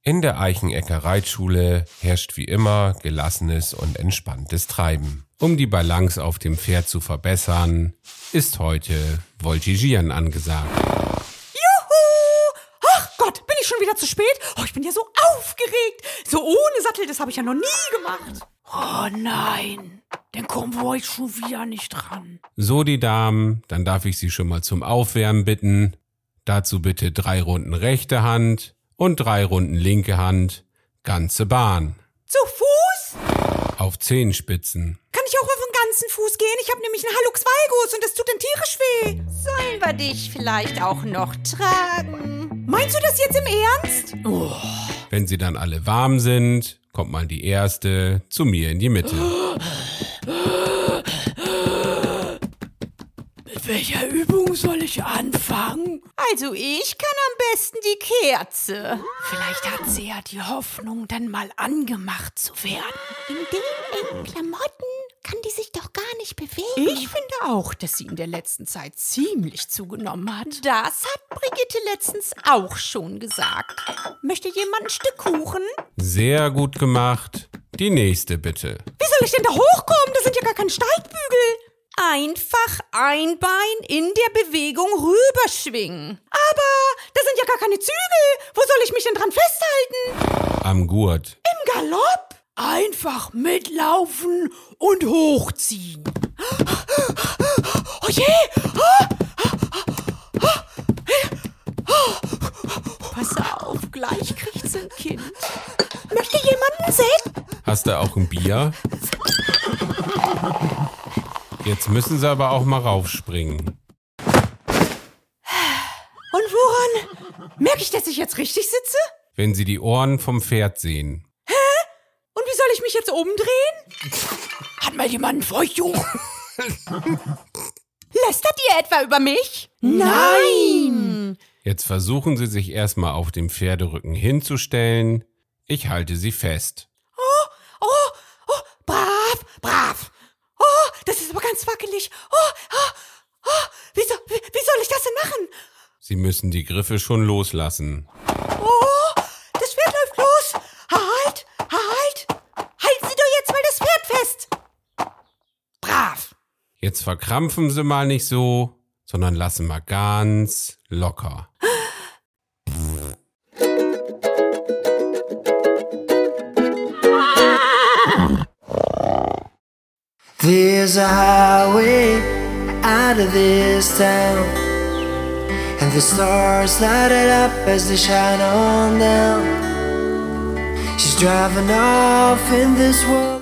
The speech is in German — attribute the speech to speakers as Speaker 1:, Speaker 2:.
Speaker 1: In der Eichenecker Reitschule herrscht wie immer gelassenes und entspanntes Treiben. Um die Balance auf dem Pferd zu verbessern, ist heute Voltigieren angesagt.
Speaker 2: Juhu! Ach Gott, bin ich schon wieder zu spät? Oh, ich bin ja so aufgeregt. So ohne Sattel, das habe ich ja noch nie gemacht. Oh nein, dann kommen wir heute schon wieder nicht ran.
Speaker 1: So die Damen, dann darf ich Sie schon mal zum Aufwärmen bitten. Dazu bitte drei Runden rechte Hand und drei Runden linke Hand. Ganze Bahn.
Speaker 2: Zu Fuß?
Speaker 1: Auf Zehenspitzen.
Speaker 2: Kann ich auch auf den ganzen Fuß gehen? Ich habe nämlich einen Hallux valgus und das tut dann tierisch weh.
Speaker 3: Sollen wir dich vielleicht auch noch tragen?
Speaker 2: Meinst du das jetzt im Ernst?
Speaker 1: Wenn sie dann alle warm sind, kommt mal die erste zu mir in die Mitte.
Speaker 2: Mit welcher Übung soll ich anfangen?
Speaker 3: Also ich kann am besten die Kerze.
Speaker 2: Vielleicht hat sie ja die Hoffnung, dann mal angemacht zu werden.
Speaker 4: In den engen Klamotten kann die sich doch gar nicht bewegen.
Speaker 2: Ich finde auch, dass sie in der letzten Zeit ziemlich zugenommen hat.
Speaker 3: Das hat Brigitte letztens auch schon gesagt.
Speaker 2: Möchte jemand ein Stück Kuchen?
Speaker 1: Sehr gut gemacht. Die nächste bitte.
Speaker 2: Wie soll ich denn da hochkommen? Da sind ja gar keine Steigbügel.
Speaker 3: Einfach ein Bein in der Bewegung rüberschwingen.
Speaker 2: Aber da sind ja gar keine Zügel. Wo soll ich mich denn dran festhalten?
Speaker 1: Am Gurt.
Speaker 2: Im Galopp? Einfach mitlaufen und hochziehen. Oh je!
Speaker 3: Pass auf, gleich kriegt sie ein Kind.
Speaker 2: Möchte jemanden sehen?
Speaker 1: Hast du auch ein Bier? Jetzt müssen sie aber auch mal raufspringen.
Speaker 2: Und woran? Merke ich, dass ich jetzt richtig sitze?
Speaker 1: Wenn sie die Ohren vom Pferd sehen.
Speaker 2: Und wie soll ich mich jetzt umdrehen? Hat mal jemand einen Feuchtjung?
Speaker 3: Lästert ihr etwa über mich?
Speaker 2: Nein!
Speaker 1: Jetzt versuchen sie sich erstmal auf dem Pferderücken hinzustellen. Ich halte sie fest.
Speaker 2: Oh, oh, brav, brav. Oh, das ist aber ganz wackelig. Oh, oh, oh, wie, so, wie, wie soll ich das denn machen?
Speaker 1: Sie müssen die Griffe schon loslassen.
Speaker 2: Oh, das Pferd läuft los. Halt, halt. Halt sie doch jetzt mal das Pferd fest. Brav.
Speaker 1: Jetzt verkrampfen sie mal nicht so, sondern lassen mal ganz locker.
Speaker 5: There's a highway out of this town, and the stars light it up as they shine on down. She's driving off in this world.